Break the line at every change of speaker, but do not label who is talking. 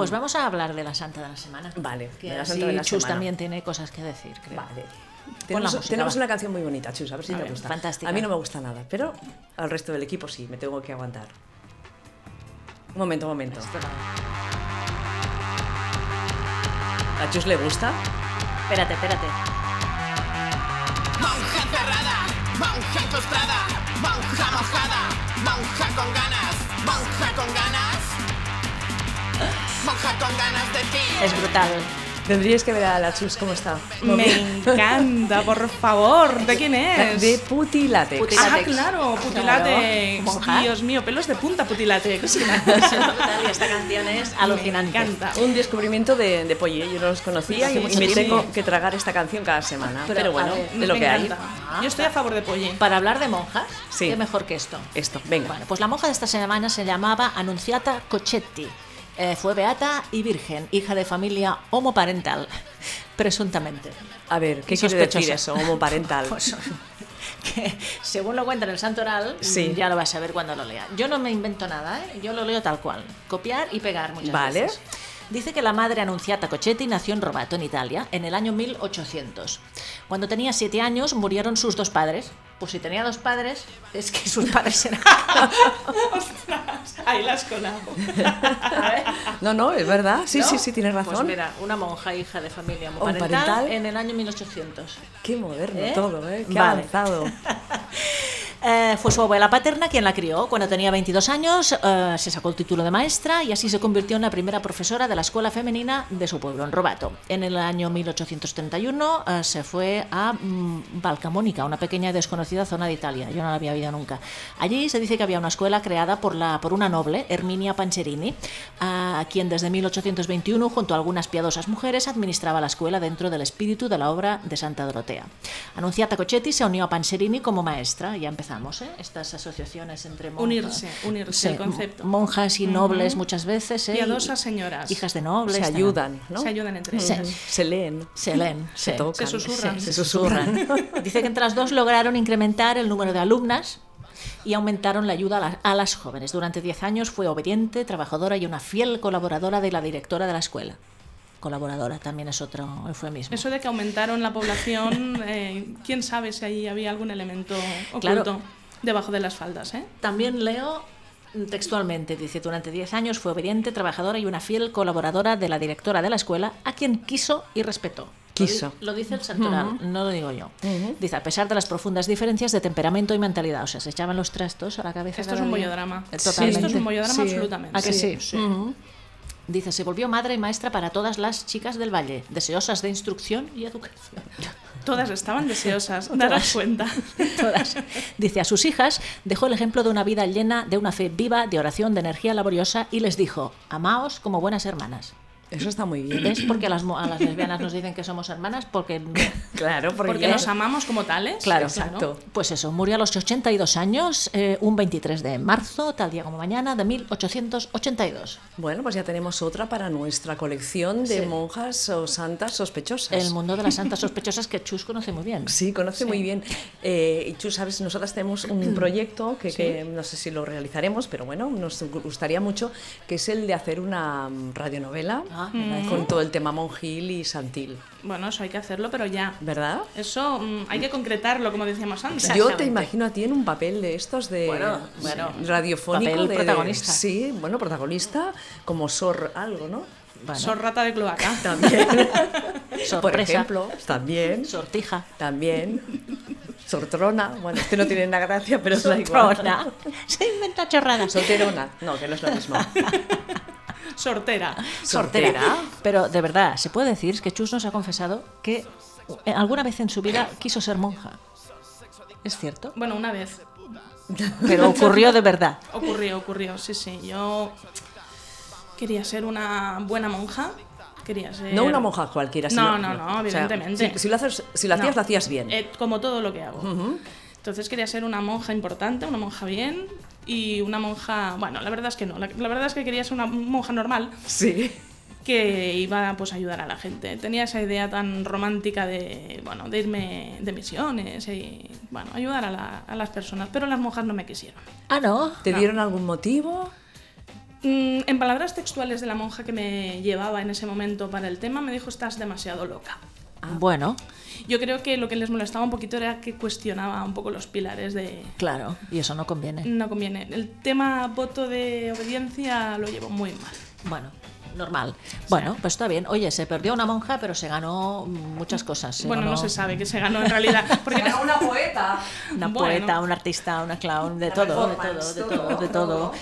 Pues vamos a hablar de la Santa de la Semana.
Vale,
Que
de la
así
Santa de la
Chus
Semana.
también tiene cosas que decir, creo.
Vale.
Pon la
Tenemos,
música,
tenemos
va.
una canción muy bonita, Chus, a ver si
A
te
ver,
gusta.
fantástica.
A mí no me gusta nada, pero al resto del equipo sí, me tengo que aguantar. Un momento, un momento.
Espera.
¿A Chus le gusta?
Espérate, espérate.
Monja cerrada, monja encostrada, monja mojada, monja con ganas, monja con ganas, monja con ganas de ti.
Es brutal.
Tendríais que ver a la Chus cómo está.
Me encanta, por favor. ¿De quién es?
De Putilatex.
Puti-
Ah,
Putilatex.
claro,
Claro,
Putilatex.
monja.
Dios mío, pelos de punta Putilatex.
Es brutal y esta canción es alucinante.
Me encanta.
Un descubrimiento de, de Polly, yo no los conocía y, y me
Sí.
tengo que tragar esta canción cada semana.
Pero,
Pero, bueno,
a ver,
de lo
Me
que hay.
Ah,
encanta. Yo estoy a favor de Polly.
Para hablar de monjas,
Sí.
qué mejor que esto.
Esto, venga.
Bueno, pues la monja de esta semana se llamaba Annunziata Cochetti. Eh, fue beata y virgen, hija de familia homoparental, presuntamente.
A ver, ¿qué quiere
Sospechosa.
decir eso? Homoparental.
Pues, que según lo cuenta en el santo oral, mm,
Sí.
ya lo vas a ver cuando lo lea. Yo no me invento nada, ¿eh? yo lo leo tal cual. Copiar y pegar muchas
Vale.
veces. Dice que la madre Annunziata Cochetti nació en Robato, en Italia, en el año 1800. Cuando tenía siete años murieron sus dos padres. Pues si tenía dos padres, es que sus padres eran...
Ahí las colabo.
A ver.
No, no, es verdad. Sí,
¿No?
sí, sí, tienes
Pues
razón.
mira, una monja hija de familia
parental.
parental en el año 1800.
Qué moderno
¿Eh?
todo, ¿eh? Qué
Vale.
avanzado.
Eh, fue su abuela paterna quien la crió. Cuando tenía 22 años eh, se sacó el título de maestra y así se convirtió en la primera profesora de la escuela femenina de su pueblo, en Robato. En el año 1831 eh, se fue a mm, Valcamónica, una pequeña y desconocida zona de Italia. Yo no la había oído nunca. Allí se dice que había una escuela creada por, la, por una noble, Herminia Pancherini, a quien desde 1821, junto a algunas piadosas mujeres, administraba la escuela dentro del espíritu de la obra de Santa Dorotea. Annunziata Cochetti se unió a Panserini como maestra. Ya empezamos, ¿eh? Estas asociaciones entre monjas.
Unirse, unirse, el concepto.
Monjas y nobles muchas veces. ¿eh?
Piadosas
Y-
señoras.
Hijas de nobles.
Se
tal.
ayudan, ¿no?
Se ayudan entre
Sí.
ellas.
Se leen.
Se leen, se,
tocan.
Se susurran.
se
Se
susurran. Dice que entre las dos lograron incrementar el número de alumnas y aumentaron la ayuda a las, a las jóvenes. Durante 10 años fue obediente, trabajadora y una fiel colaboradora de la directora de la escuela. Colaboradora también es otro eufemismo.
Eso de que aumentaron la población, eh, quién sabe si ahí había algún elemento oculto
Claro.
debajo de las faldas, ¿eh?
También leo textualmente, dice, durante 10 años fue obediente, trabajadora y una fiel colaboradora de la directora de la escuela, a quien quiso y respetó. Lo di-
Quiso.
Lo, dice el santoral, no lo digo yo. Dice, a pesar de las profundas diferencias de temperamento y mentalidad, o sea, se echaban los trastos a la cabeza.
Esto es
cada
un
día.
bollodrama.
Eh,
Sí,
Totalmente.
Esto es un bollodrama
Sí.
absolutamente.
¿A que sí?
Ujú.
Dice, se volvió madre y maestra para todas las chicas del valle, deseosas de instrucción y educación.
Todas estaban deseosas, daros cuenta.
Todas. Dice, a sus hijas dejó el ejemplo de una vida llena de una fe viva, de oración, de energía laboriosa y les dijo, amaos como buenas hermanas.
Eso está muy bien.
¿Ves? Porque a las, mo- a las lesbianas nos dicen que somos hermanas porque...
Claro, porque,
Porque nos amamos como tales.
¿eh? Claro,
Exacto.
Pues eso, murió a los 82 años, eh, un 23 de marzo, tal día como mañana, de 1882.
Bueno, pues ya tenemos otra para nuestra colección de monjas o santas sospechosas.
El mundo de las santas sospechosas que Chus conoce muy bien.
Sí, conoce muy bien. Eh, y tú sabes, nosotras tenemos un proyecto que, que no sé si lo realizaremos, pero bueno, nos gustaría mucho, que es el de hacer una mm, radionovela
Ah, me parece
con todo el tema monjil y santil,
Bueno, eso hay que hacerlo, pero ya.
¿verdad?
Eso mm, hay que concretarlo, como decíamos antes.
Yo te imagino a ti en un papel de estos de
Bueno, bueno,
radiofónico.
papel
de- de-
protagonista.
sí, bueno, protagonista, como Sor algo, ¿no?
Bueno,
Sor rata de cloaca.
También. Por
sorpresa,
ejemplo, también.
sortija,
También. Sortrona. Bueno, este no tiene nada gracia, pero es la igual.
sortrona. Se inventa chorradas.
Solterona. No, que no es lo mismo.
Sortera.
Sortera. Pero de verdad, se puede decir que Chus nos ha confesado que eh, alguna vez en su vida quiso ser monja. ¿Es cierto?
Bueno, una vez.
Pero ocurrió de verdad.
Ocurrió, ocurrió. Sí, sí. Yo quería ser una buena monja. Quería ser.
No una monja cualquiera.
No, no, no,
o sea,
evidentemente.
si, si lo haces, si lo hacías,
No.
lo hacías bien.
Eh, como todo lo que hago. Entonces quería ser una monja importante, una monja bien y una monja. Bueno, la verdad es que no. La, la verdad es que quería ser una monja normal
Sí.
que iba pues, a ayudar a la gente. Tenía esa idea tan romántica de, bueno, de irme de misiones y bueno, ayudar a, la- a las personas. Pero las monjas no me quisieron.
Ah, no.
¿Te dieron algún motivo?
Mm, en palabras textuales de la monja que me llevaba en ese momento para el tema, me dijo, estás demasiado loca. Ah.
Bueno,
Yo creo que lo que les molestaba un poquito era que cuestionaba un poco los pilares de...
claro, y eso no conviene.
No conviene. El tema voto de obediencia lo llevo muy mal.
Bueno, normal. Bueno, pues está bien. Oye, se perdió una monja, pero se ganó muchas cosas. Se
bueno, no
ganó
se sabe que se ganó en realidad. Porque
Era una poeta.
Una
Bueno.
poeta, un artista, una clown, de
La
todo, de
performance,
todo, de
todo,
todo, de
todo.
todo.